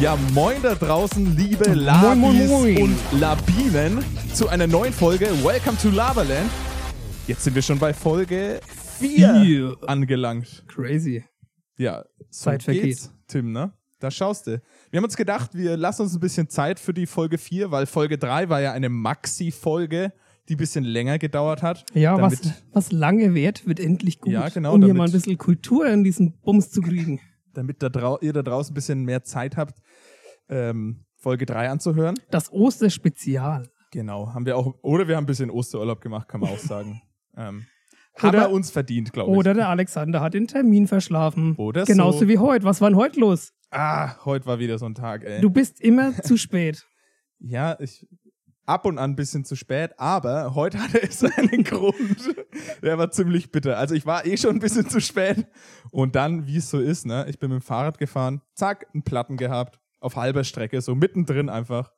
Ja, moin da draußen, liebe Labis Moin, moin, moin. und Labinen, zu einer neuen Folge Welcome to Laberland. Jetzt sind wir schon bei Folge 4 Hier. angelangt. Crazy. Ja, so Zeit vergeht. geht's, Tim, ne? Da schaust du. Wir haben uns gedacht, wir lassen uns ein bisschen Zeit für die Folge 4, weil Folge 3 war ja eine Maxi-Folge, die ein bisschen länger gedauert hat. Ja, was, damit- was lange währt, wird endlich gut. Ja, genau, Um hier damit- mal ein bisschen Kultur in diesen Bums zu kriegen. damit da drau ihr da draußen ein bisschen mehr Zeit habt, ähm, Folge 3 anzuhören. Das Osterspezial. Genau, haben wir auch, oder wir haben ein bisschen Osterurlaub gemacht, kann man auch sagen. ähm, haben Oder- wir uns verdient, glaube ich. Oder der Alexander hat den Termin verschlafen. Oder so. Genauso wie heute. Was war denn heute los? Ah, heute war wieder so ein Tag, ey. Du bist immer zu spät. Ja, ich ab und an ein bisschen zu spät, aber heute hatte es einen Grund. Der war ziemlich bitter. Also ich war eh schon ein bisschen zu spät und dann, wie es so ist, ne, ich bin mit dem Fahrrad gefahren, zack, einen Platten gehabt, auf halber Strecke, so mittendrin einfach.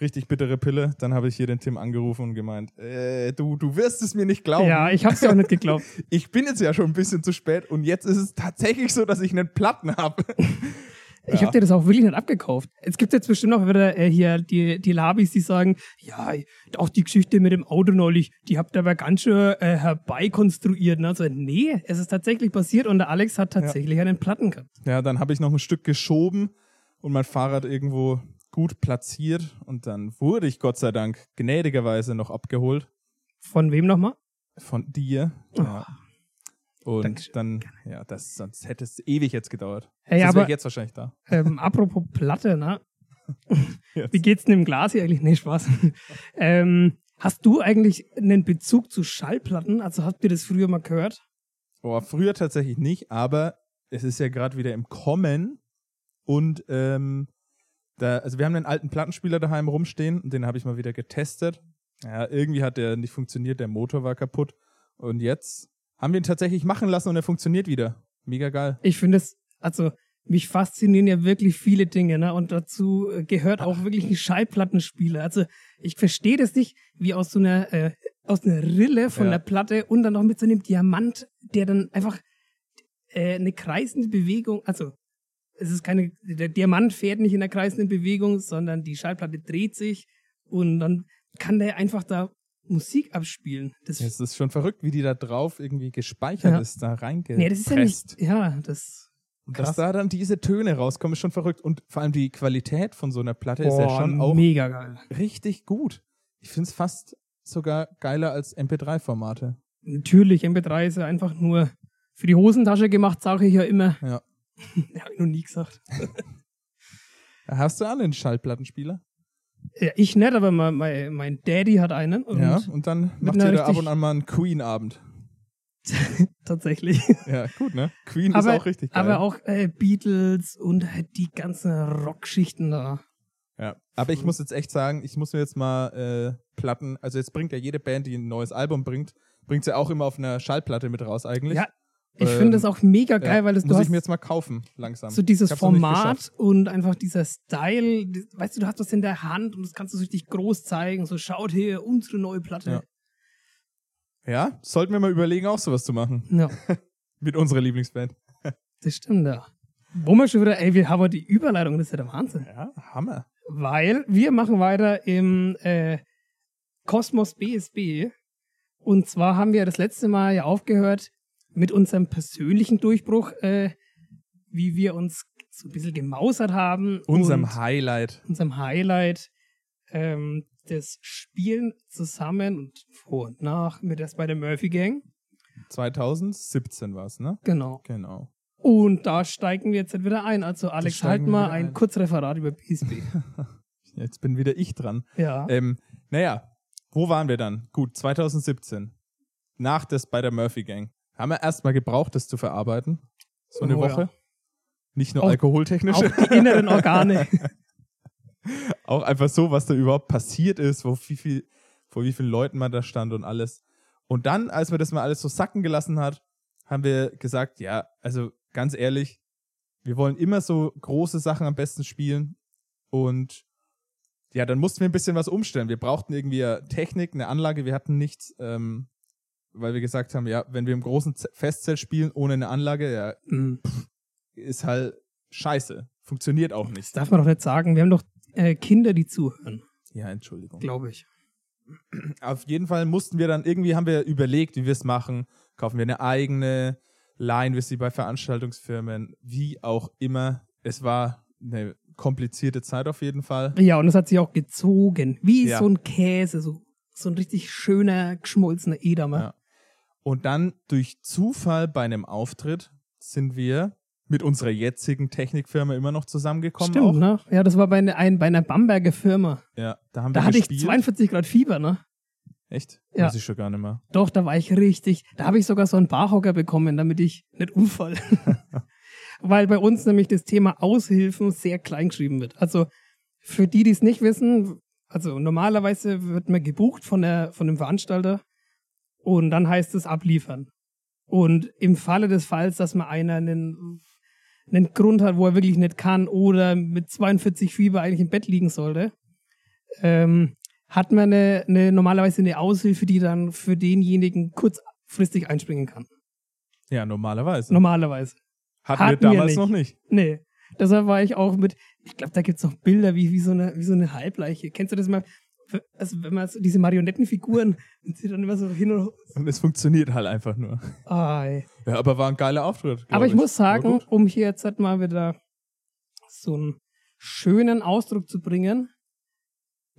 Richtig bittere Pille. Dann habe ich hier den Tim angerufen und gemeint, äh, du, du wirst es mir nicht glauben. Ja, ich hab's ja auch nicht geglaubt. Ich bin jetzt ja schon ein bisschen zu spät und jetzt ist es tatsächlich so, dass ich einen Platten habe. Ich Ja. hab dir das auch wirklich nicht abgekauft. Es gibt jetzt bestimmt auch wieder äh, hier die, die Labis, die sagen, ja, auch die Geschichte mit dem Auto neulich, die habt ihr aber ganz schön äh, herbeikonstruiert. Ne? Also, nee, es ist tatsächlich passiert und der Alex hat tatsächlich einen Platten gehabt. Ja, dann habe ich noch ein Stück geschoben und mein Fahrrad irgendwo gut platziert und dann wurde ich Gott sei Dank gnädigerweise noch abgeholt Von wem nochmal? von dir. Ja. Und Oh. Dankeschön. dann, ja, das, sonst hätte es ewig jetzt gedauert. Hey, Sonst wär aber- ich jetzt wahrscheinlich da. Ähm, apropos Platte, ne? Jetzt. Wie geht's denn im Glas hier eigentlich? Nee, Spaß. ähm, hast du eigentlich einen Bezug zu Schallplatten? Also habt ihr das früher mal gehört? Boah, Oh, früher tatsächlich nicht, aber es ist ja gerade wieder im Kommen und ähm, da, also wir haben einen alten Plattenspieler daheim rumstehen und den habe ich mal wieder getestet. Ja, irgendwie hat der nicht funktioniert, der Motor war kaputt und jetzt haben wir ihn tatsächlich machen lassen und er funktioniert wieder. Mega geil. Ich finde es, also mich faszinieren ja wirklich viele Dinge, ne? Und dazu äh, gehört auch wirklich ein Schallplattenspieler. Also ich verstehe das nicht, wie aus so einer äh, aus einer Rille von Ja. der Platte und dann noch mit so einem Diamant, der dann einfach äh, eine kreisende Bewegung, also es ist keine, der Diamant fährt nicht in der kreisenden Bewegung, sondern die Schallplatte dreht sich und dann kann der einfach da Musik abspielen. Das, Es ist schon verrückt, wie die da drauf irgendwie gespeichert Ja. ist, da reingepresst. nee, das ist ja nicht, ja, das, Und krass. dass da dann diese Töne rauskommen, ist schon verrückt. Und vor allem die Qualität von so einer Platte ist ja Boah, schon auch mega geil. richtig gut. Ich finde es fast sogar geiler als MP3-Formate. Natürlich, MP3 ist ja einfach nur für die Hosentasche gemacht, sage ich ja immer. Ja. Hab ich noch nie gesagt. Hast du einen Schallplattenspieler? Ja, ich nicht, aber mein, mein, mein Daddy hat einen. Und ja. Und dann macht einer ihr da ab richtig- und an mal einen Queen-Abend. Tatsächlich. Ja, gut, ne? Queen aber ist auch richtig geil. aber auch äh, Beatles und halt die ganzen Rockschichten da. ja. aber ich muss jetzt echt sagen, ich muss mir jetzt mal äh, Platten, also jetzt bringt ja jede Band, die ein neues Album bringt, bringt sie ja auch immer auf einer Schallplatte mit raus eigentlich. Ja, Ich Ähm, finde das auch mega Ja, geil, weil das du muss ich hast mir jetzt mal kaufen, langsam. so dieses Ich hab's noch nicht geschafft. Format und einfach dieser Style. die- Weißt du, du hast das in der Hand und das kannst du so richtig groß zeigen. So, schaut hier, unsere neue Platte. Ja, sollten wir mal überlegen, auch sowas zu machen. Ja, Mit unserer Lieblingsband. das stimmt, ja. Wo wir schon wieder, ey, wir haben heute die Überleitung, das ist ja der Wahnsinn. Ja, Hammer. weil wir machen weiter im äh, Kosmos BSB. Und zwar haben wir das letzte Mal ja aufgehört mit unserem persönlichen Durchbruch, äh, wie wir uns so ein bisschen gemausert haben. Unserem und Highlight. unserem Highlight ähm, des Spielen zusammen und vor und nach mit der Spider-Murphy Gang. 2017 war's, ne? Genau. Genau. Und da steigen wir jetzt wieder ein. Also Alex, steigen halt wir mal wieder ein ein. Kurzreferat über BSB. Jetzt bin wieder ich dran. ja. Ähm, naja, wo waren wir dann? Gut, 2017. Nach der Spider-Murphy-Gang. Haben wir erstmal gebraucht, das zu verarbeiten. So eine Oh ja. Woche. Nicht nur Auch- alkoholtechnisch, Auch die inneren Organe. auch einfach so, was da überhaupt passiert ist, wo wie viel, vor wie vielen Leuten man da stand und alles. Und dann, als man das mal alles so sacken gelassen hat, haben wir gesagt, ja, also ganz ehrlich, wir wollen immer so große Sachen am besten spielen. Und ja, dann mussten wir ein bisschen was umstellen. Wir brauchten irgendwie ja Technik, eine Anlage, wir hatten nichts, ähm, weil wir gesagt haben, ja, wenn wir im Hm. großen Z- Festzelt spielen ohne eine Anlage, ja, Mm. ist halt scheiße. Funktioniert auch Das nicht. darf man doch nicht sagen. Wir haben doch äh, Kinder, die zuhören, Ja, Entschuldigung. glaube ich. Auf jeden Fall mussten wir dann, irgendwie haben wir überlegt, wie wir es machen. Kaufen wir eine eigene, leihen wir sie bei Veranstaltungsfirmen, wie auch immer. Es war eine komplizierte Zeit auf jeden Fall. Ja, und es hat sich auch gezogen. Wie Ja. so ein Käse, so, so ein richtig schöner, geschmolzener Edamer. Ja. Und dann durch Zufall bei einem Auftritt sind wir mit unserer jetzigen Technikfirma immer noch zusammengekommen. Stimmt, auch. ne? Ja, das war bei, ne, ein, bei einer Bamberger Firma. Ja, da haben Da wir hatte gespielt. ich 42 Grad Fieber, ne? Echt? Ja. Weiß ich schon gar nicht mehr. Doch, da war ich richtig. Da habe ich sogar so einen Barhocker bekommen, damit ich nicht umfall. Weil bei uns nämlich das Thema Aushilfen sehr klein geschrieben wird. Also für die, die es nicht wissen, also normalerweise wird man gebucht von, der, von dem Veranstalter und dann heißt es abliefern. Und im Falle des Falls, dass man einer einen, einen Grund hat, wo er wirklich nicht kann oder mit 42 Fieber eigentlich im Bett liegen sollte, ähm, hat man eine, eine, normalerweise eine Aushilfe, die dann für denjenigen kurzfristig einspringen kann. Ja, normalerweise. Normalerweise. Hatten, wir hatten wir damals nicht. noch nicht. Nee. Deshalb war ich auch mit, ich glaube, da gibt's noch Bilder wie, wie, so eine, wie so eine Halbleiche. Kennst du das mal? Also, wenn man so diese Marionettenfiguren, wenn sie dann immer so hin und Und es funktioniert halt einfach nur. ah, ey. Ja, aber war ein geiler Auftritt. glaub Aber ich, muss War sagen, gut. um hier jetzt halt mal wieder so einen schönen Ausdruck zu bringen,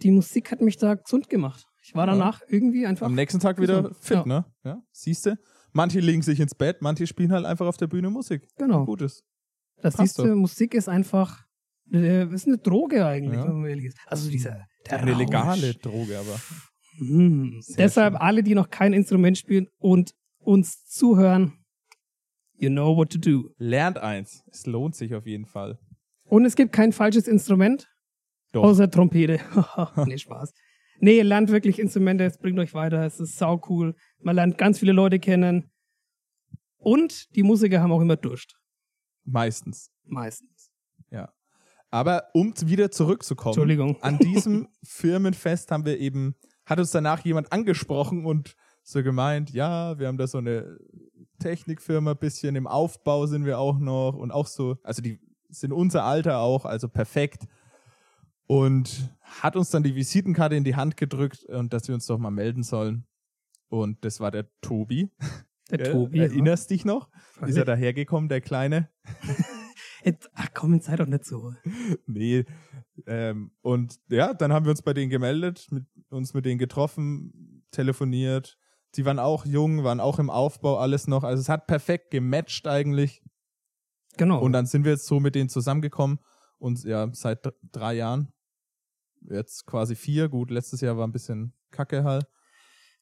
die Musik hat mich da gesund gemacht. Ich war Ja. danach irgendwie einfach. am nächsten Tag wieder gesund. fit, Ja. ne? Ja, siehst du? Manche legen sich ins Bett, manche spielen halt einfach auf der Bühne Musik. genau. Gutes. Das Passt siehst du, doch. Musik ist einfach äh, ist eine Droge eigentlich, Ja. wenn man ehrlich ist. Also dieser der Eine Rausch. legale Droge, aber. Mhm. Sehr Deshalb schön. alle, die noch kein Instrument spielen und uns zuhören, you know what to do. Lernt eins. Es lohnt sich auf jeden Fall. Und es gibt kein falsches Instrument, Doch. außer Trompete. nee, Spaß. Nee, lernt wirklich Instrumente, es bringt euch weiter, es ist sau cool. Man lernt ganz viele Leute kennen. Und die Musiker haben auch immer Durst. Meistens. Meistens. Aber um t- wieder zurückzukommen. Entschuldigung. An diesem Firmenfest haben wir eben, hat uns danach jemand angesprochen und so gemeint, ja, wir haben da so eine Technikfirma, bisschen im Aufbau sind wir auch noch und auch so, also die sind unser Alter auch, also perfekt. Und hat uns dann die Visitenkarte in die Hand gedrückt und dass wir uns doch mal melden sollen. Und das war der Tobi. Der gell? Tobi. ne? Erinnerst dich noch? ja. Ist er dahergekommen, der Kleine? Jetzt, ach komm, jetzt sei doch nicht so. Nee. Ähm, und ja, dann haben wir uns bei denen gemeldet, mit, uns mit denen getroffen, telefoniert. Die waren auch jung, waren auch im Aufbau, alles noch. Also es hat perfekt gematcht eigentlich. Genau. Und dann sind wir jetzt so mit denen zusammengekommen und ja, seit dr- drei Jahren. Jetzt quasi vier. Gut, letztes Jahr war ein bisschen kacke halt.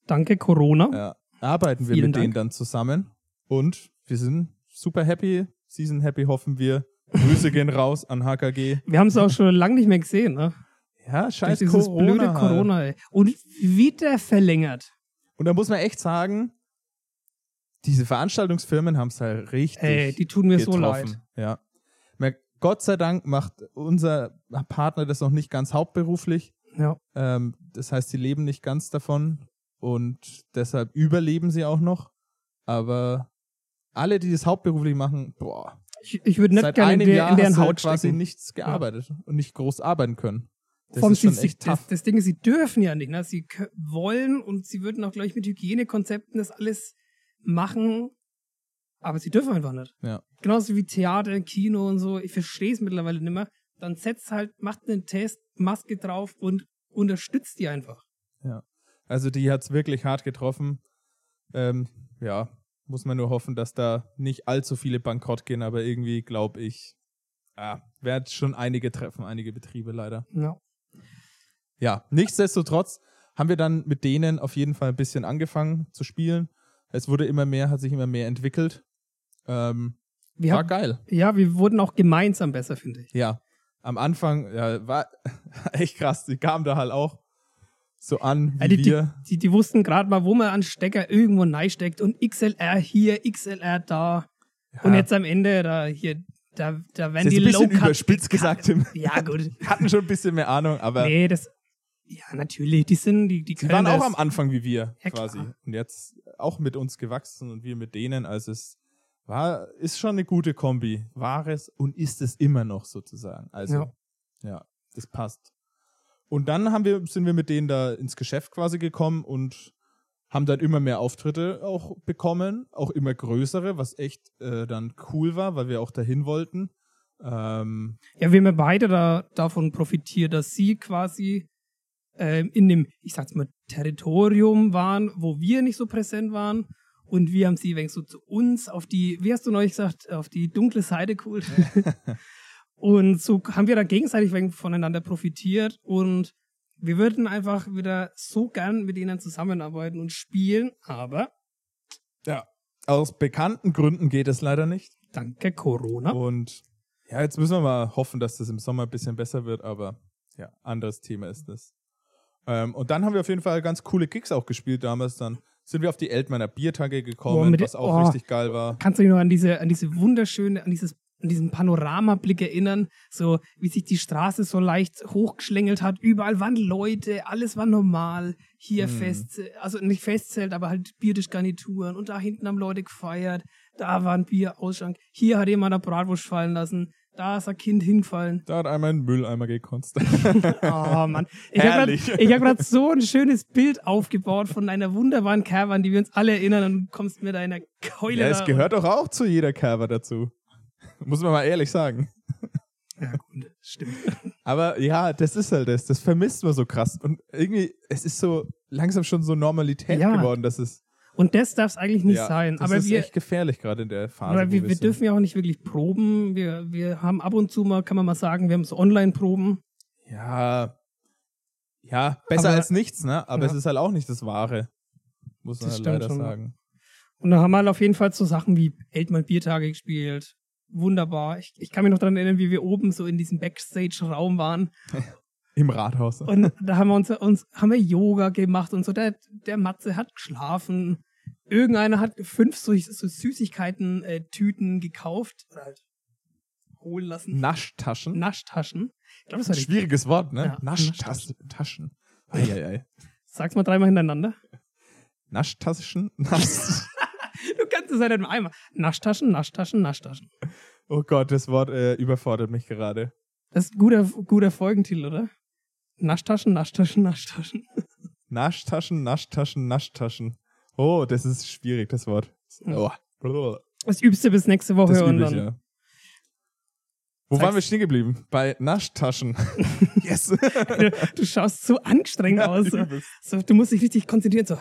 Danke Corona. Ja, arbeiten wir Vielen mit denen Dank. dann zusammen. Und wir sind super happy. Sie sind happy, hoffen wir. Grüße gehen raus an HKG. Wir haben es auch schon lange nicht mehr gesehen, ne? Ja, scheiß Durch dieses Corona. blöde halt. Corona, ey. Und wieder verlängert. Und da muss man echt sagen, diese Veranstaltungsfirmen haben es halt richtig Ey, die tun mir getroffen. so leid. Ja. Mer- Gott sei Dank macht unser Partner das noch nicht ganz hauptberuflich. Ja. Ähm, das heißt, sie leben nicht ganz davon und deshalb überleben sie auch noch. Aber alle, die das hauptberuflich machen, boah, Ich, ich würde nicht seit gerne in, einem der, Jahr in deren hast du halt Haut quasi stecken. nichts gearbeitet und nicht groß arbeiten können. Das Vor allem ist schon sie, echt sie, das, tough. das Ding ist, sie dürfen ja nicht, ne? Sie kö- wollen und sie würden auch gleich mit Hygienekonzepten das alles machen, aber sie dürfen einfach nicht. Ja. Genauso wie Theater, Kino und so. Ich verstehe es mittlerweile nicht mehr. Dann setzt halt, macht einen Test, Maske drauf und unterstützt die einfach. Also die hat's wirklich hart getroffen. Ähm, ja, muss man nur hoffen, dass da nicht allzu viele bankrott gehen, aber irgendwie glaube ich, ja, wird schon einige treffen, einige Betriebe leider. Ja. Ja, nichtsdestotrotz haben wir dann mit denen auf jeden Fall ein bisschen angefangen zu spielen. Es wurde immer mehr, hat sich immer mehr entwickelt. Ähm, Wir war haben, geil. ja, wir wurden auch gemeinsam besser, finde ich. Ja, am Anfang ja, war echt krass. Die kamen da halt auch so an wie Ja, Äh, die, die, wir. die, die wussten gerade mal, wo man an Stecker irgendwo neisteckt und XLR hier, XLR da. Und Ja. jetzt am Ende, da hier, da, da werden Ist jetzt die ein bisschen Low-Cut- überspitzt gesagt, Tim. Ja, gut. hatten schon ein bisschen mehr Ahnung, aber nee, das. Ja, natürlich. Die sind, die, die sie können waren auch das. am Anfang wie wir Ja, quasi. klar. Und jetzt auch mit uns gewachsen und wir mit denen. Also es War, ist schon eine gute Kombi. War es und ist es immer noch sozusagen. Also, ja, das passt. Und dann haben wir, sind wir mit denen da ins Geschäft quasi gekommen und haben dann immer mehr Auftritte auch bekommen, auch immer größere, was echt äh, dann cool war, weil wir auch dahin wollten. Ähm, Ja, wir haben ja beide da, davon profitiert, dass sie quasi ähm, in dem, ich sag's mal, Territorium waren, wo wir nicht so präsent waren. Und wir haben sie wenigstens so zu uns auf die, wie hast du neulich gesagt, auf die dunkle Seite geholt. und so haben wir da gegenseitig ein wenig voneinander profitiert. Und wir würden einfach wieder so gern mit ihnen zusammenarbeiten und spielen. Aber ja. Aus bekannten Gründen geht es leider nicht. danke Corona. Und ja, jetzt müssen wir mal hoffen, dass das im Sommer ein bisschen besser wird, aber ja, anderes Thema ist das. Ähm, und dann haben wir auf jeden Fall ganz coole Gigs auch gespielt damals. Dann sind wir auf die Eltmeiner Biertage Boah, gekommen, mit- was auch oh. richtig geil war. Kannst du dich noch an diese, an diese wunderschöne, an dieses an diesen Panoramablick erinnern, so wie sich die Straße so leicht hochgeschlängelt hat. Überall waren Leute, alles war normal. Hier Hm. fest, also nicht Festzelt, aber halt Biertischgarnituren. Und da hinten haben Leute gefeiert. Da war ein Bierausschank. Hier hat jemand eine Bratwurst fallen lassen. Da ist ein Kind hingefallen. Da hat einmal ein Mülleimer gekonzt. Oh Mann. Ich habe Herrlich. gerade hab so ein schönes Bild aufgebaut von einer wunderbaren Cavern, die wir uns alle erinnern. Und du kommst mit einer Keule. ja, da es und- gehört doch auch zu jeder Cover dazu. Muss man mal ehrlich sagen. Ja, gut, stimmt. Aber ja, das ist halt das. Das vermisst man so krass. Und irgendwie, es ist so langsam schon so Normalität Ja. geworden, dass es. Und das darf es eigentlich nicht ja, sein. Das Aber ist wir, echt gefährlich gerade in der Phase. aber wo wir, wir sind. dürfen ja auch nicht wirklich proben. Wir, wir haben ab und zu mal, kann man mal sagen, wir haben so Online-Proben. Ja. Ja, besser Aber- als nichts, ne? Aber Ja. es ist halt auch nicht das Wahre. Muss man Das halt stimmt leider schon, ja. sagen. Und da haben wir halt auf jeden Fall so Sachen wie Eltmann Biertage gespielt. Wunderbar. Ich, ich kann mich noch daran erinnern, wie wir oben so in diesem Backstage-Raum waren. Im Rathaus. Und da haben wir uns, uns haben wir Yoga gemacht und so. Der, der Matze hat geschlafen. Irgendeiner hat fünf so, so Süßigkeiten-Tüten gekauft. Oder halt holen lassen. Mhm. Naschtaschen. Naschtaschen. Ich glaube, das war die Schwieriges Wort, ne? Ja, Naschtaschen. Eieiei. Sag's mal dreimal hintereinander. Naschtaschen? Nasch. Du kannst es halt im Eimer. Naschtaschen, Naschtaschen, Naschtaschen. Oh Gott, das Wort äh, überfordert mich gerade. Das ist ein guter, guter Folgentitel, oder? Naschtaschen, Naschtaschen, Naschtaschen. Naschtaschen, Naschtaschen, Naschtaschen. Oh, das ist schwierig, das Wort. Oh. Das übst du bis nächste Woche Das und üblich, dann. ja. Wo Zeig's- waren wir stehen geblieben? Bei Naschtaschen. yes. Du, du schaust so angestrengt aus. So. Übelst. So, du musst dich richtig konzentrieren. So.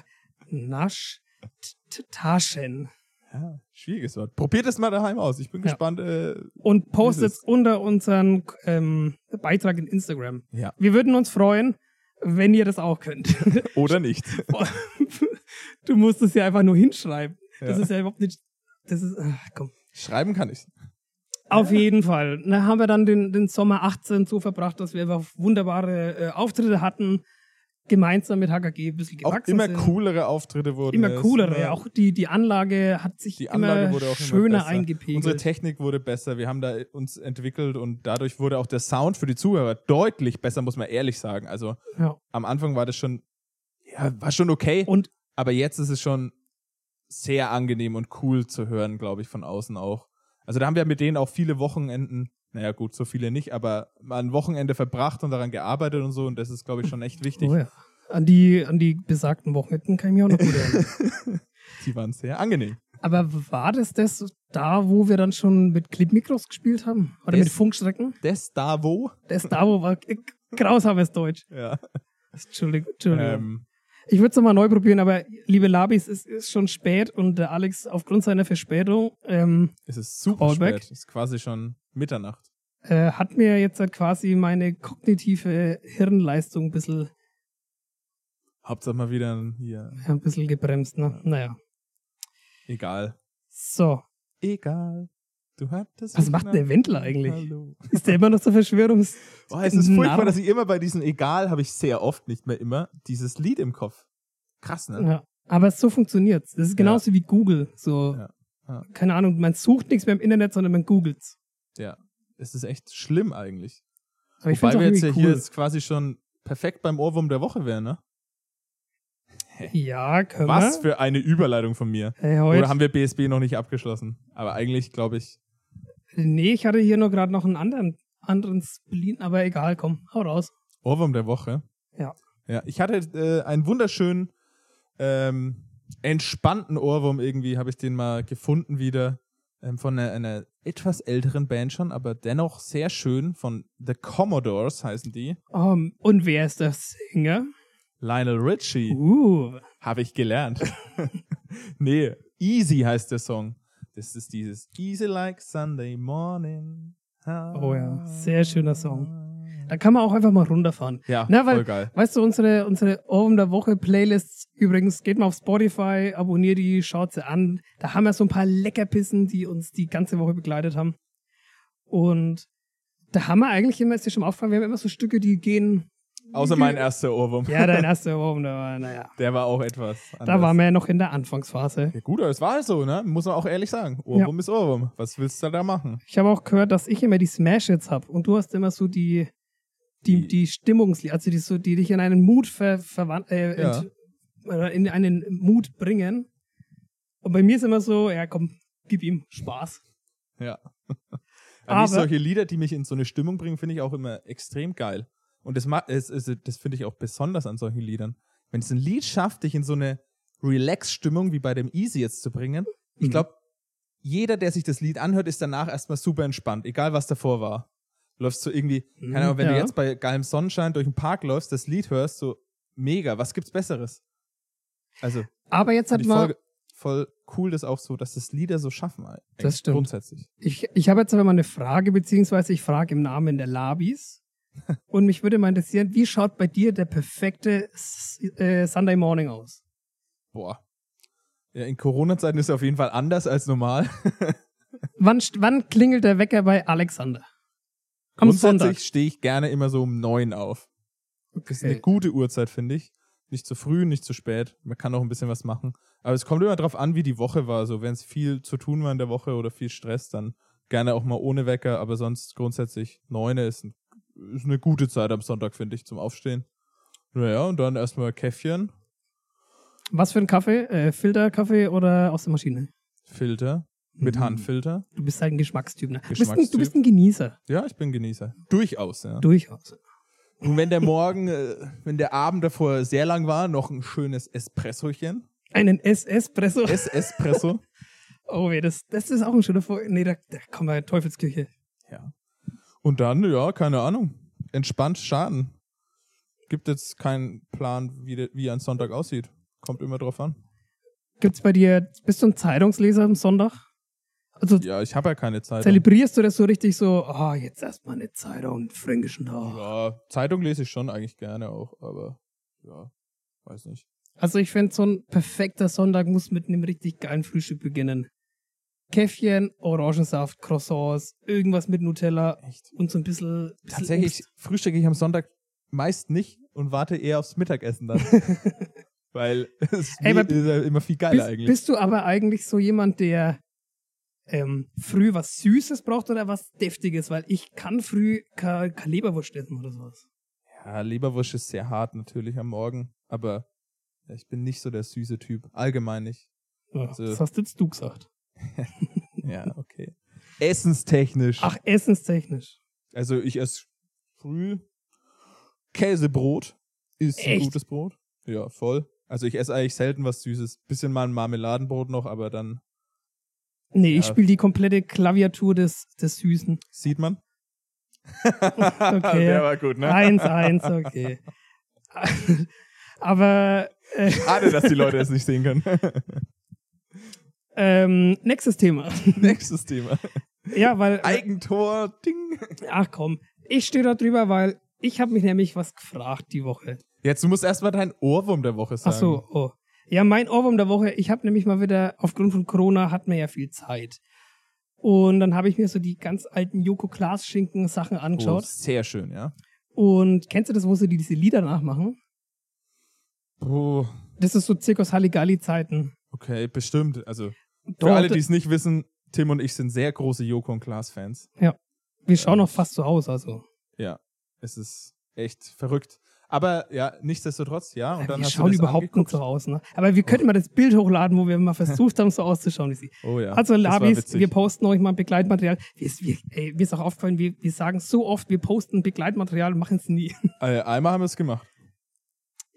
Naschtaschen. Ja, schwieriges Wort. Probiert es mal daheim aus. Ich bin Ja. gespannt. Äh, Und postet Dieses. unter unseren ähm, Beitrag in Instagram. ja. Wir würden uns freuen, wenn ihr das auch könnt. Oder nicht. Boah, du musst es ja einfach nur hinschreiben. Das Ja. ist ja überhaupt nicht. Das ist. Ach, komm. Schreiben kann ich. Auf jeden Fall. Da haben wir dann den, den Sommer 18 so verbracht, dass wir einfach wunderbare äh, Auftritte hatten. Gemeinsam mit HKG ein bisschen Auch gewachsen. immer sind. coolere Auftritte wurden. Immer es. coolere. Immer- ja. Auch die, die Anlage hat sich Die Anlage immer wurde auch immer schöner besser. Unsere eingepegelt. Technik wurde besser. Wir haben da uns entwickelt und dadurch wurde auch der Sound für die Zuhörer deutlich besser, muss man ehrlich sagen. Also Ja. am Anfang war das schon, ja, war schon okay. Und aber jetzt ist es schon sehr angenehm und cool zu hören, glaube ich, von außen auch. Also da haben wir mit denen auch viele Wochenenden, naja gut, so viele nicht, aber mal ein Wochenende verbracht und daran gearbeitet und so und das ist, glaube ich, schon echt wichtig. oh ja. an, die, an die besagten Wochenenden kann ich mich auch noch gut erinnern. Die waren sehr angenehm. Aber war das das da, wo wir dann schon mit Clipmikros gespielt haben? Oder mit Das- Funkstrecken? Das da wo? Das da, wo war äh, grausames Deutsch. Ja. Entschuldigung. Entschuldigung. Ähm, Ich würde es nochmal neu probieren, aber liebe Labis, es ist schon spät und der Alex aufgrund seiner Verspätung ähm, es ist super Callback. spät. Es ist quasi schon Mitternacht. äh, hat mir jetzt halt quasi meine kognitive Hirnleistung ein bisschen, Hauptsache mal wieder ein- hier. ein bisschen gebremst. Ne? Naja. Egal. So. Egal. Du hattest. Was macht der Wendler eigentlich? Hallo. Ist der immer noch so Verschwörungs. Oh, es ist furchtbar, Narr. dass ich immer bei diesen Egal habe ich sehr oft, nicht mehr immer, dieses Lied im Kopf. Krass, ne? Ja. Aber so funktioniert's. Das ist genauso wie Google. So, Ja. Ja. keine Ahnung, man sucht nichts mehr im Internet, sondern man googelt's. Es ist echt schlimm eigentlich. Aber ich Wobei finde wir jetzt es ja auch hier irgendwie cool. jetzt quasi schon perfekt beim Ohrwurm der Woche wären, ne? Ja, können Was wir. für eine Überleitung von mir. Hey, heute, Oder haben wir BSB noch nicht abgeschlossen? Aber eigentlich glaube ich, nee, ich hatte hier nur gerade noch einen anderen, anderen Spleen, aber egal, komm, hau raus. Ohrwurm der Woche. Ja. Ja, ich hatte äh, einen wunderschönen, ähm, entspannten Ohrwurm irgendwie, habe ich den mal gefunden wieder. Ähm, von einer, einer etwas älteren Band schon, aber dennoch sehr schön. Von The Commodores heißen die. Um, und wer ist der Sänger? Lionel Richie. Uh, Habe ich gelernt. nee, Easy heißt der Song. Das ist dieses Easy Like Sunday Morning. Ah. Oh ja, sehr schöner Song. da kann man auch einfach mal runterfahren. Ja, Na, weil- voll geil. Weißt du, unsere, unsere Ohren der Woche Playlists, übrigens, geht mal auf Spotify, abonniert die, schaut sie an. Da haben wir so ein paar Leckerbissen, die uns die ganze Woche begleitet haben. Und da haben wir eigentlich immer, ist dir schon mal aufgefallen, wir haben immer so Stücke, die gehen. Außer die- mein erster Ohrwurm. Ja, dein erster Ohrwurm, der war, naja. Der war auch etwas anders. Da waren wir ja noch in der Anfangsphase. Ja, gut, aber es war halt so, ne? Muss man auch ehrlich sagen. Ohrwurm ist Ohrwurm. Was willst du da machen? Ich habe auch gehört, dass ich immer die Smash-Hits habe und du hast immer so die, die, Die- die Stimmungslieder, also die, so, die dich in einen Mut ver, verwan- äh, Ja. ent- oder in einen Mut bringen. Und bei mir ist immer so, ja komm, gib ihm Spaß. Ja. Aber- Aber nicht solche Lieder, die mich in so eine Stimmung bringen, finde ich auch immer extrem geil. Und das, ma- es, es, das finde ich auch besonders an solchen Liedern. Wenn es ein Lied schafft, dich in so eine Relax-Stimmung wie bei dem Easy jetzt zu bringen, ich Mhm. glaube, jeder, der sich das Lied anhört, ist danach erstmal super entspannt, egal was davor war. Läufst du irgendwie, Mhm, keine Ahnung, wenn du ja. jetzt bei geilem Sonnenschein durch den Park läufst, das Lied hörst, so mega, was gibt's Besseres? Also, Aber jetzt finde hat ich man, voll, voll cool, das auch so, dass das Lieder so schaffen. eigentlich stimmt. Grundsätzlich. ich, ich habe jetzt aber mal eine Frage, beziehungsweise ich frage im Namen der Labis. Und mich würde mal interessieren, wie schaut bei dir der perfekte S- äh, Sunday Morning aus? Boah. Ja, in Corona-Zeiten ist es auf jeden Fall anders als normal. Wann, st- wann klingelt der Wecker bei Alexander? Am Sonntag. Grundsätzlich stehe ich gerne immer so um neun auf. Das Äh. ist eine gute Uhrzeit, finde ich. Nicht zu früh, nicht zu spät. Man kann auch ein bisschen was machen. Aber es kommt immer drauf an, wie die Woche war. So, wenn es viel zu tun war in der Woche oder viel Stress, dann gerne auch mal ohne Wecker. Aber sonst grundsätzlich neune ist, ein, ist eine gute Zeit am Sonntag, finde ich, zum Aufstehen. Naja, und dann erstmal Käffchen, Was für ein Kaffee? Äh, Filterkaffee oder aus der Maschine? Filter, mit Mhm. Handfilter. Du bist halt ein Geschmackstyp. Ne? Du, bist ein, du Geschmackstyp. bist ein Genießer. Ja, ich bin Genießer. Durchaus, ja. Durchaus. Und wenn der Morgen, äh, wenn der Abend davor sehr lang war, noch ein schönes Espressochen. Einen SS-Presso. Es Espresso. Oh, weh, das, das ist auch ein schöner Vor. Nee, da, da kommen wir in Teufelsküche. ja. Und dann, ja, keine Ahnung. Entspannt Schaden. Gibt jetzt keinen Plan, wie, de, wie ein Sonntag aussieht. Kommt immer drauf an. Gibt's bei dir, bist du ein Zeitungsleser am Sonntag? Also Ja, ich habe ja keine Zeitung. zelebrierst du das so richtig so, ah, jetzt erstmal eine Zeitung, einen fränkischen Tag. Ja, Zeitung lese ich schon eigentlich gerne auch, aber ja, weiß nicht. Also ich finde, so ein perfekter Sonntag muss mit einem richtig geilen Frühstück beginnen. Käffchen, Orangensaft, Croissants, irgendwas mit Nutella Echt? und so ein bisschen, bisschen Tatsächlich Obst. frühstücke ich am Sonntag meist nicht und warte eher aufs Mittagessen dann. Weil es Ey, aber ist ja immer viel geiler Bist, eigentlich. bist du aber eigentlich so jemand, der ähm, früh was Süßes braucht oder was Deftiges? Weil ich kann früh keine Leberwurst essen oder sowas. Ja, Leberwurst ist sehr hart natürlich am Morgen, aber ja, ich bin nicht so der süße Typ. Allgemein nicht. Ja, Also- das hast jetzt du gesagt. Ja, okay. Essenstechnisch. Ach, essenstechnisch. Also ich esse früh Käsebrot. Ist ein Echt? gutes Brot. Ja, voll. Also ich esse eigentlich selten was Süßes. Bisschen mal ein Marmeladenbrot noch, aber dann Nee, ich Ja. spiele die komplette Klaviatur des, des Süßen. sieht man. okay. Der war gut, ne? Eins, eins, okay. aber äh, Schade, dass die Leute es nicht sehen können. ähm, nächstes Thema. Nächstes Thema. ja, weil. Eigentor, Ding. Ach komm, ich stehe da drüber, weil ich habe mich nämlich was gefragt die Woche. Jetzt, du musst erstmal dein Ohrwurm der Woche Ach sagen. so, oh. Ja, mein Ohrwurm der Woche, ich habe nämlich mal wieder, aufgrund von Corona hat man ja viel Zeit. Und dann habe ich mir so die ganz alten Joko Klaas Schinken Sachen Oh, angeschaut. sehr schön, ja. Und kennst du das, wo sie die- diese Lieder nachmachen? Oh, Das ist so Zirkus Halligalli Zeiten. okay, bestimmt. Also Doch, für alle, die es nicht wissen, Tim und ich sind sehr große Joko und Klaas Fans. wir schauen auch fast so aus, also. Ja, es ist echt verrückt. Aber ja, nichtsdestotrotz, ja. Und dann wir hast schauen du das überhaupt nicht angeguckt. so aus. Ne? Aber wir könnten mal das Bild hochladen, wo wir mal versucht haben, so auszuschauen wie sie. Oh ja. also das war Labis, witzig. wir posten euch mal Begleitmaterial. Wir, wir, ey, mir ist auch aufgefallen, wir, wir sagen so oft, wir posten Begleitmaterial und machen es nie. Äh, Einmal haben wir es gemacht.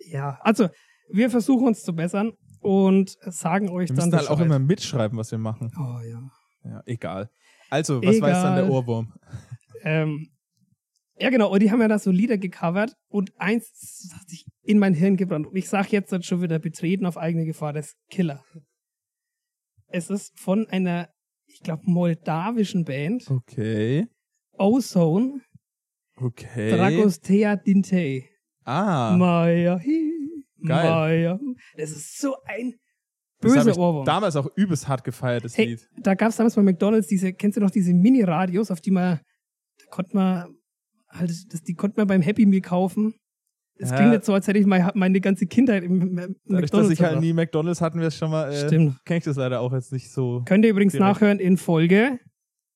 ja, also wir versuchen uns zu bessern und sagen euch Wir dann müssen halt auch Bescheid. immer mitschreiben, was wir machen. Oh ja. Ja, egal. Also, was weiß dann Egal. der Ohrwurm? Ähm, ja, genau. Und die haben ja da so Lieder gecovert und eins hat sich in mein Hirn gebrannt. Und ich sag jetzt dann schon wieder betreten auf eigene Gefahr, das ist Killer. Es ist von einer, ich glaube, moldawischen Band, Okay. Ozone, Okay. Dragostea Dintei. ah, Maya, hi, Geil. Maya. hu. Das ist so ein das habe böser ich Ohrwurm. damals auch übelst hart gefeiert, das Hey, Lied. da gab es damals bei McDonalds diese, kennst du noch diese Mini-Radios, auf die man, da konnte man halt, das, die konnte man beim Happy Meal kaufen. Es Ja. klingt jetzt so, als hätte ich mein, meine ganze Kindheit im, im Dadurch, dass ich halt verbracht. nie McDonalds hatten wir es schon mal. Äh, Stimmt. Kenne ich das leider auch jetzt nicht so. Könnt ihr übrigens Direkt. nachhören in Folge.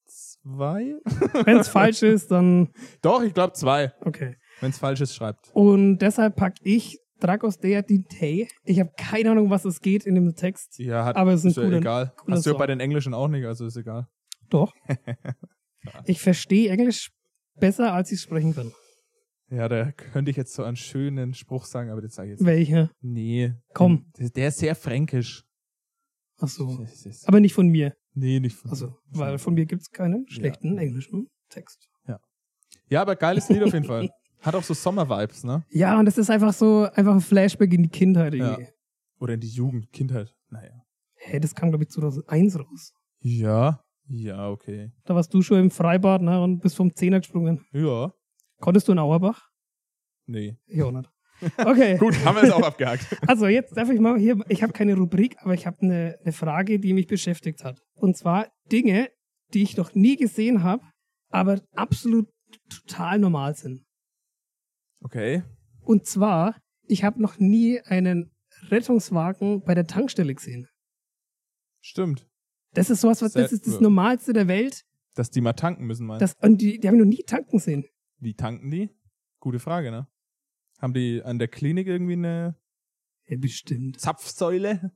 Zwei? Wenn es falsch ist, dann Doch, ich glaube zwei. okay. Wenn es falsch ist, schreibt. Und deshalb pack ich Dragos Dea Dintei. Ich habe keine Ahnung, was es geht in dem Text. Ja, hat, Aber es ist ein ja cooler- egal. cooler Hast du ja Song. bei den Englischen auch nicht, also ist egal. Doch. Ich verstehe Englisch besser, als ich sprechen kann. Ja, da könnte ich jetzt so einen schönen Spruch sagen, aber das sage ich jetzt. Welche? Nee. Komm. Der, der ist sehr fränkisch. Ach so. Das ist- Aber nicht von mir. Nee, nicht von Also, weil von mir gibt's keinen schlechten englischen Text. Ja, aber geiles Lied auf jeden Fall. Hat auch so Sommer-Vibes, ne? Ja, und das ist einfach so, einfach ein Flashback in die Kindheit irgendwie. Oder in die Jugend, Kindheit. Naja. Hey, das kam, glaube ich, 2001 raus. Ja. Ja, okay. Da warst du schon im Freibad ne, und bist vom Zehner gesprungen. Ja. Konntest du in Auerbach? Nee. Ich auch nicht. Okay, Gut, haben wir es auch abgehakt. also jetzt darf ich mal hier, ich habe keine Rubrik, aber ich habe eine, eine Frage, die mich beschäftigt hat. Und zwar Dinge, die ich noch nie gesehen habe, aber absolut total normal sind. Okay. Und zwar, ich habe noch nie einen Rettungswagen bei der Tankstelle gesehen. Stimmt. Das ist sowas, was das Sel- ist das ja. Normalste der Welt. Dass die mal tanken müssen, meinst Das, und die, die haben wir noch nie tanken sehen. du? Wie tanken die? Gute Frage, ne? Haben die an der Klinik irgendwie eine Ja, bestimmt. Zapfsäule?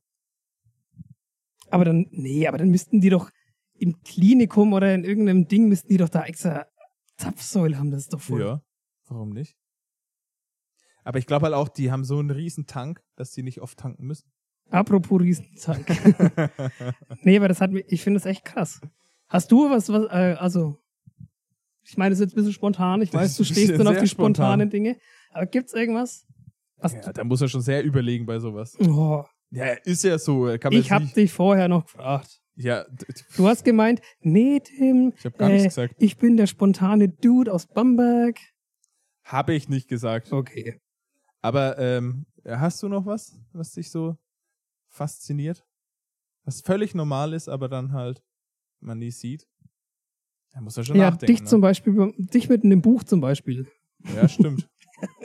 Aber dann, nee, aber dann müssten die doch im Klinikum oder in irgendeinem Ding müssten die doch da extra Zapfsäule haben, das ist doch voll. Ja. Warum nicht? Aber ich glaube halt auch, die haben so einen riesen Tank, dass die nicht oft tanken müssen. Apropos Riesentank. nee, aber das hat mich, ich finde das echt krass. Hast du was, was, äh, also, ich meine, das ist jetzt ein bisschen spontan, ich Das weiß, ist du ein stehst bisschen dann auf sehr die spontan. spontanen Dinge, aber gibt's irgendwas? Was Ja, da muss er schon sehr überlegen bei sowas. du, oh, Ja, ist ja so. Kann man ich jetzt hab nicht, dich vorher noch gefragt. ja, d- d- Du hast gemeint, nee, Tim, ich habe gar nichts äh, gesagt. Ich bin der spontane Dude aus Bamberg. Habe ich nicht gesagt. Okay. Aber ähm, hast du noch was, was dich so fasziniert? Was völlig normal ist, aber dann halt man nie sieht? Da muss er schon Ja, nachdenken. dich zum Beispiel, dich mit einem Buch zum Beispiel. ne? Ja, stimmt.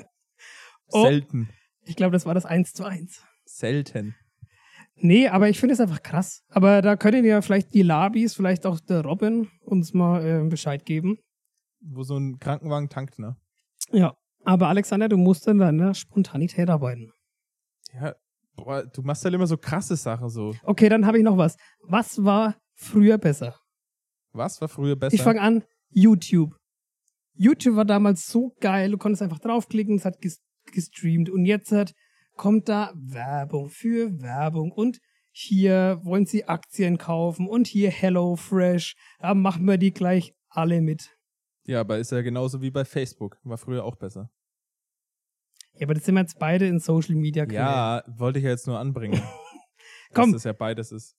Oh. Selten. Ich glaube, das war das 1 zu 1. Selten. Nee, aber ich finde es einfach krass. Aber da können ja vielleicht die Labis, vielleicht auch der Robin uns mal äh, Bescheid geben. Wo so ein Krankenwagen tankt, ne? Ja. Aber Alexander, du musst an deiner Spontanität arbeiten. Ja, boah, du machst halt immer so krasse Sachen so. Okay, dann habe ich noch was. Was war früher besser? Was war früher besser? Ich fange an, YouTube. YouTube war damals so geil, du konntest einfach draufklicken, es hat ges- gestreamt und jetzt hat, kommt da Werbung für Werbung und hier wollen sie Aktien kaufen und hier Hello Fresh, da machen wir die gleich alle mit. ja, aber ist ja genauso wie bei Facebook. War früher auch besser. Ja, aber das sind wir jetzt beide in Social Media. Kanälen. Ja, wollte ich ja jetzt nur anbringen. Komm. Dass das ja beides ist.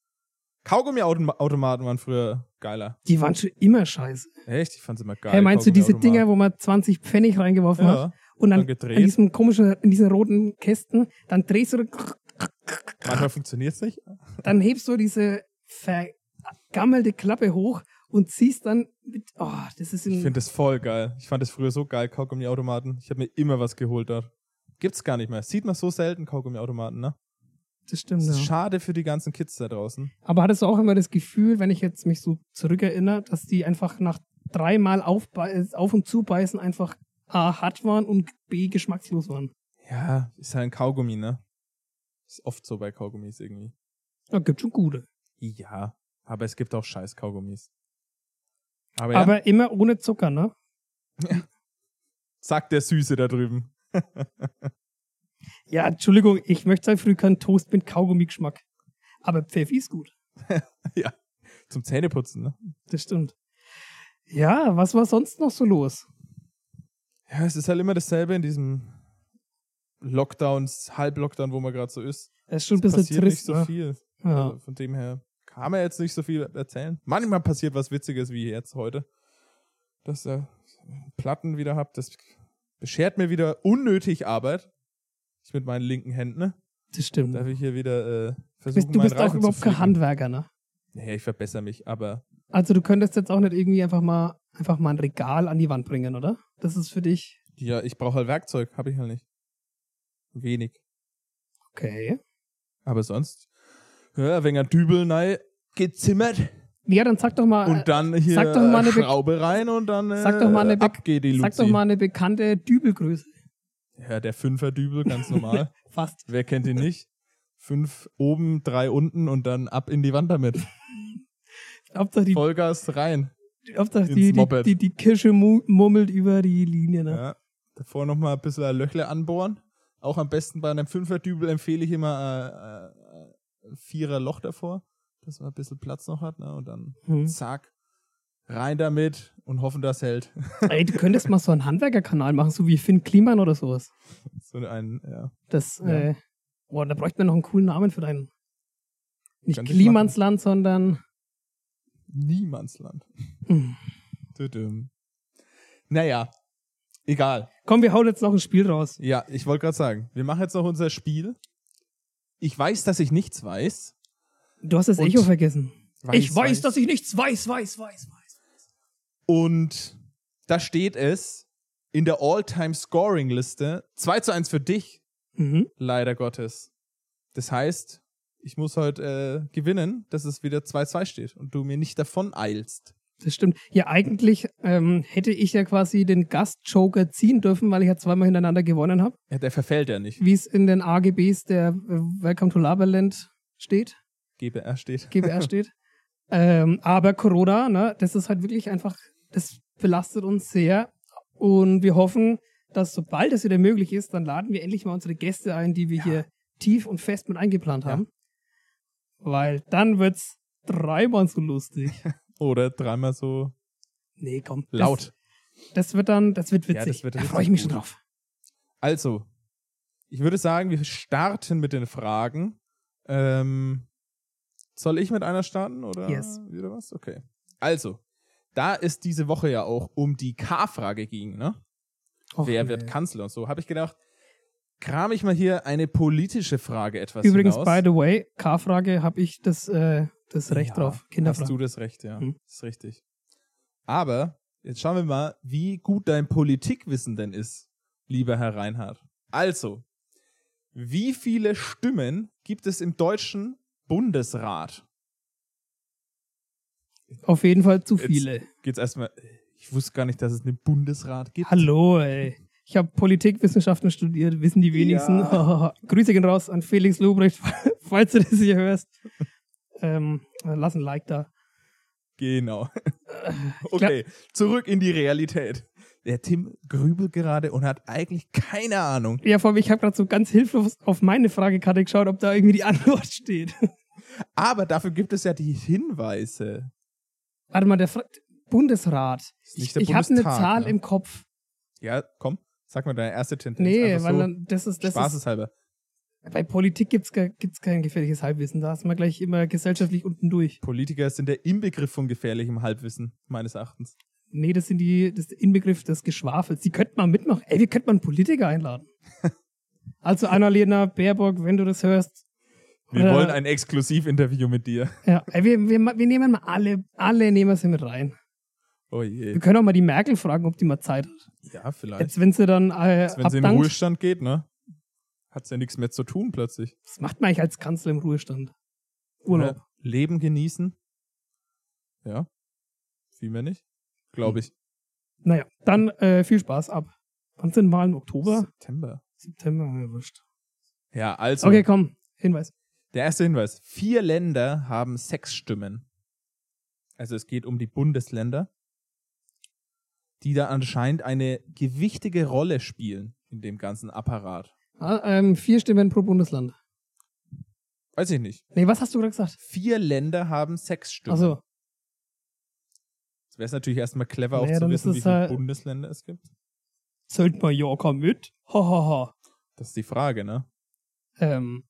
Kaugummi-Automaten waren früher geiler. Die waren schon immer scheiße. Echt? Ich fand's immer geil. hey, meinst du diese Dinger, Kaugummiautomaten. wo man 20 Pfennig reingeworfen hat? Ja. Und dann, dann gedreht. an diesem komischen, in diesen roten Kästen, dann drehst du Manchmal funktioniert's nicht. dann hebst du diese vergammelte Klappe hoch und ziehst dann mit. Oh, das ist Ich ein. finde das voll geil. Ich fand das früher so geil, Kaugummi-Automaten. Ich habe mir immer was geholt dort. Gibt's gar nicht mehr. Sieht man so selten Kaugummi-Automaten, ne? das stimmt. Das ist Ja. schade für die ganzen Kids da draußen. Aber hattest du auch immer das Gefühl, wenn ich jetzt mich so zurückerinnere, dass die einfach nach dreimal auf, auf und zubeißen einfach A, hart waren und B, geschmackslos waren. Ja, ist halt ein Kaugummi, ne? Ist oft so bei Kaugummis irgendwie. Da gibt schon gute. Ja, aber es gibt auch scheiß Kaugummis. Aber, Oh, ja, Aber immer ohne Zucker, ne? sagt der Süße da drüben. Ja, Entschuldigung, ich möchte seit früh keinen Toast mit Kaugummi-Geschmack. Aber Pfeffi ist gut. Zum Zähneputzen, ne? Das stimmt. Ja, was war sonst noch so los? Ja, es ist halt immer dasselbe in diesem Lockdowns, Halb-Lockdown, wo man gerade so ist. Das ist schon ein Es bisschen passiert trist. nicht so ne? viel. Ja. Also von dem her kann man jetzt nicht so viel erzählen. Manchmal passiert was Witziges wie jetzt heute, dass ihr Platten wieder habt. Das beschert mir wieder unnötig Arbeit. Ich mit meinen linken Händen. ne? Das stimmt. Darf ich hier wieder äh, Du versuchen, bist, du meinen bist auch Reifen überhaupt zu kein flicken. Handwerker, ne? Naja, ich verbessere mich, aber Also du könntest jetzt auch nicht irgendwie einfach mal einfach mal ein Regal an die Wand bringen, oder? Das ist für dich ja, ich brauche halt Werkzeug, habe ich halt nicht. Wenig. okay. Aber sonst, ja, wenn er Dübel nein, gezimmert Ja, dann sag doch mal, und dann hier Äh, sag doch mal eine Be- Schraube rein und dann äh, Sag doch mal eine Be- ab geht die Luzi. äh, sag doch mal eine bekannte Dübelgröße. Ja, der Fünfer-Dübel, ganz normal. Fast. Wer kennt ihn nicht? Fünf oben, drei unten und dann ab in die Wand damit. Hauptsache die, Vollgas rein. Hauptsache ins die, die, Moped. die, die Kirsche mu- murmelt über die Linie, ne? Ja. Davor nochmal ein bisschen Löchle anbohren. Auch am besten bei einem Fünfer-Dübel empfehle ich immer äh, äh, ein Vierer-Loch davor, dass man ein bisschen Platz noch hat. Ne? Und dann Hm. zack, rein damit und hoffen, das hält. Ey, du könntest mal so einen Handwerkerkanal machen, so wie Finn Kliman oder sowas. So ein, ja. Das, Ja. äh, boah, da bräuchte man noch einen coolen Namen für deinen. Nicht Könnte ich Klimansland, sondern Niemandsland. hm. Tüdüm. Naja, egal. komm, wir hauen jetzt noch ein Spiel raus. Ja, ich wollte gerade sagen, wir machen jetzt noch unser Spiel. Ich weiß, dass ich nichts weiß. Du hast das Und- Echo vergessen. weiß ich weiß, dass ich nichts weiß, weiß, weiß, weiß. Und da steht es in der All-Time-Scoring-Liste 2 zu 1 für dich, Mhm. leider Gottes. Das heißt, ich muss heute äh, gewinnen, dass es wieder 2-2 steht und du mir nicht davon eilst. Das stimmt. Ja, eigentlich ähm, hätte ich ja quasi den Gastjoker ziehen dürfen, weil ich ja zweimal hintereinander gewonnen habe, Ja, der verfällt ja nicht. wie es in den AGBs der äh, Welcome to Laberland steht, GBR steht. GBR steht. Ähm, aber Corona, ne, das ist halt wirklich einfach, das belastet uns sehr. Und wir hoffen, dass sobald es wieder möglich ist, dann laden wir endlich mal unsere Gäste ein, die wir Ja. hier tief und fest mit eingeplant Ja. haben. Weil dann wird's dreimal so lustig. Oder dreimal so Nee, komm. das- laut. Das wird dann, das wird witzig. Ja, das wird da richtig freue ich mich gut. schon drauf. Also, ich würde sagen, wir starten mit den Fragen. Ähm, soll ich mit einer starten oder Yes. wieder was? Okay. Also, da es diese Woche ja auch um die K-Frage ging, ne? Och, Wer nee. wird Kanzler und so, habe ich gedacht, kram ich mal hier eine politische Frage etwas Übrigens, hinaus. by the way, K-Frage habe ich das, äh, das Recht Ja, drauf. Hast du Kinderfrage. das Recht, ja. Hm. Ist richtig. Aber jetzt schauen wir mal, wie gut dein Politikwissen denn ist, lieber Herr Reinhardt. Also, wie viele Stimmen gibt es im deutschen Bundesrat? Auf jeden Fall zu Jetzt- viele. Geht's erstmal. Ich wusste gar nicht, dass es einen Bundesrat gibt. Hallo, ey. Ich habe Politikwissenschaften studiert, wissen die wenigsten. Grüße gehen raus an Felix Lobrecht, falls du das hier hörst. ähm, lass ein Like da. Genau. Äh, Okay, zurück in die Realität. Der Tim grübelt gerade und hat eigentlich keine Ahnung. Ja, vor allem, ich habe gerade so ganz hilflos auf meine Fragekarte geschaut, ob da irgendwie die Antwort steht. Aber dafür gibt es ja die Hinweise. Warte mal, der Fra Bundesrat. Ist nicht Ich, der ich habe eine Bundestag, Zahl ne? im Kopf. Ja, komm, sag mal deine erste Tendenz. Nee, Einfach weil so. dann, das ist, das ist Spaßeshalber. Bei Politik gibt's ke- gibt's kein gefährliches Halbwissen. Da ist man gleich immer gesellschaftlich unten durch. Politiker sind der Inbegriff von gefährlichem Halbwissen, meines Erachtens. Nee, das sind die, das ist der Inbegriff des Geschwafels. Die könnten mal mitmachen. Ey, wir könnten mal einen Politiker einladen. Also Annalena Baerbock, wenn du das hörst. Wir Oder- wollen ein Exklusivinterview mit dir. Ja, ey, wir, wir, ma- wir nehmen mal alle, alle nehmen sie mit rein. Oh Wir je. können auch mal die Merkel fragen, ob die mal Zeit hat. Ja, vielleicht. Jetzt, wenn sie dann äh, Jetzt, wenn sie in den abdankt. Ruhestand geht, ne? Hat's ja nichts mehr zu tun plötzlich. Was macht man eigentlich als Kanzler im Ruhestand? Urlaub. Ne? Leben genießen. Ja. Viel mehr nicht. Glaube ich. Hm. Naja, dann äh, viel Spaß ab. Wann sind mal im Oktober? September. September, ja, wurscht. Ja, also. Okay, komm, Hinweis. Der erste Hinweis. Vier Länder haben sechs Stimmen. Also es geht um die Bundesländer, die da anscheinend eine gewichtige Rolle spielen in dem ganzen Apparat. Ah, ähm, vier Stimmen pro Bundesland. Weiß ich nicht. Nee, was hast du gerade gesagt? Vier Länder haben sechs Stimmen. Also, Das wäre es natürlich erstmal clever auch Naja, zu dann wissen, ist wie es viele halt- Bundesländer es gibt. zählt Mallorca mit? Hahaha. Ha, ha. Das ist die Frage, ne? Ähm.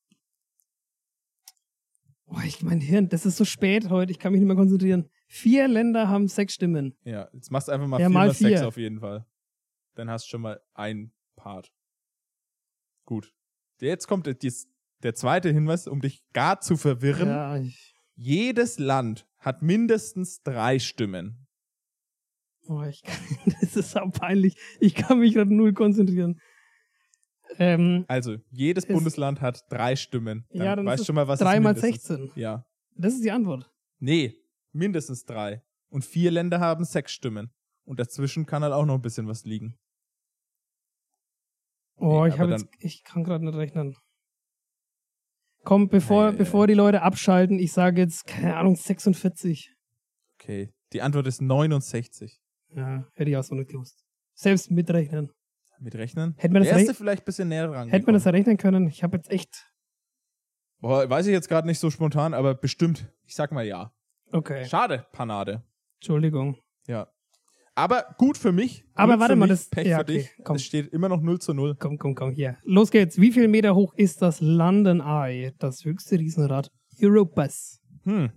Oh, ich, mein Hirn, das ist so spät heute, ich kann mich nicht mehr konzentrieren. Vier Länder haben sechs Stimmen. Ja, jetzt machst du einfach mal Ja, 4 mal mal 6 vier. auf jeden Fall. Dann hast du schon mal ein Part. Gut. Jetzt kommt der- dies- der zweite Hinweis, um dich gar zu verwirren. Ja, ich, Jedes Land hat mindestens drei Stimmen. oh, ich kann, das ist so peinlich. Ich kann mich gerade null konzentrieren. Ähm, Also, jedes Ist- Bundesland hat drei Stimmen. Dann, Ja, dann ist weißt es schon mal, was drei es mal mindestens- 16. Ja. Das ist die Antwort. Nee, mindestens drei. Und vier Länder haben sechs Stimmen. Und dazwischen kann halt auch noch ein bisschen was liegen. Oh, Nee, ich, aber hab jetzt, ich kann gerade nicht rechnen. Komm, bevor, Ja, ja, ja. bevor die Leute abschalten, ich sage jetzt, keine Ahnung, 46. Okay. Die Antwort ist 69. Ja, hätte ich auch so nicht gewusst. Selbst mitrechnen. Mit Rechnen? Hätten wir das Der erste rech- vielleicht ein bisschen näher dran. Hätte man das errechnen können? Ich habe jetzt echt. Boah, weiß ich jetzt gerade nicht so spontan, aber bestimmt. Ich sag mal ja. Okay, Schade, Panade. Entschuldigung. Ja. Aber gut für mich. Aber Null warte für mal, mich, das- Pech ja, für okay, dich. komm. Es steht immer noch 0 zu 0. Komm, komm, komm, hier. Los geht's. Wie viel Meter hoch ist das Landenei, das höchste Riesenrad Europas? Hm.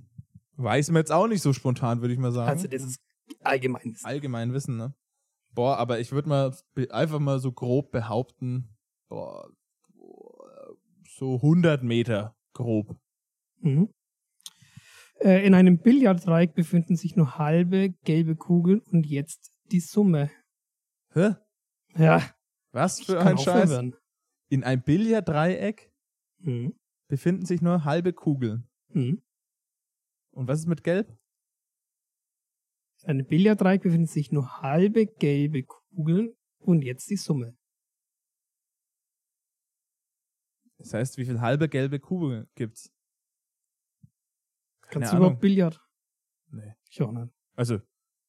Weiß man jetzt auch nicht so spontan, würde ich mal sagen. Also, das ist allgemein. Allgemein Wissen, ne? Boah, aber ich würde mal be- einfach mal so grob behaupten, boah, boah, so 100 Meter grob. Mhm. Äh, in einem Billarddreieck befinden sich nur halbe gelbe Kugeln und jetzt die Summe. Hä? Ja, Was ich für kann ein Scheiß? aufhören. In einem Billarddreieck Mhm. befinden sich nur halbe Kugeln. Mhm. Und was ist mit Gelb? In einem Billarddreieck befinden sich nur halbe gelbe Kugeln und jetzt die Summe. Das heißt, wie viel halbe gelbe Kugeln gibt's? Keine Kannst du Ahnung. überhaupt Billard? Nee. Ich auch nicht. Also,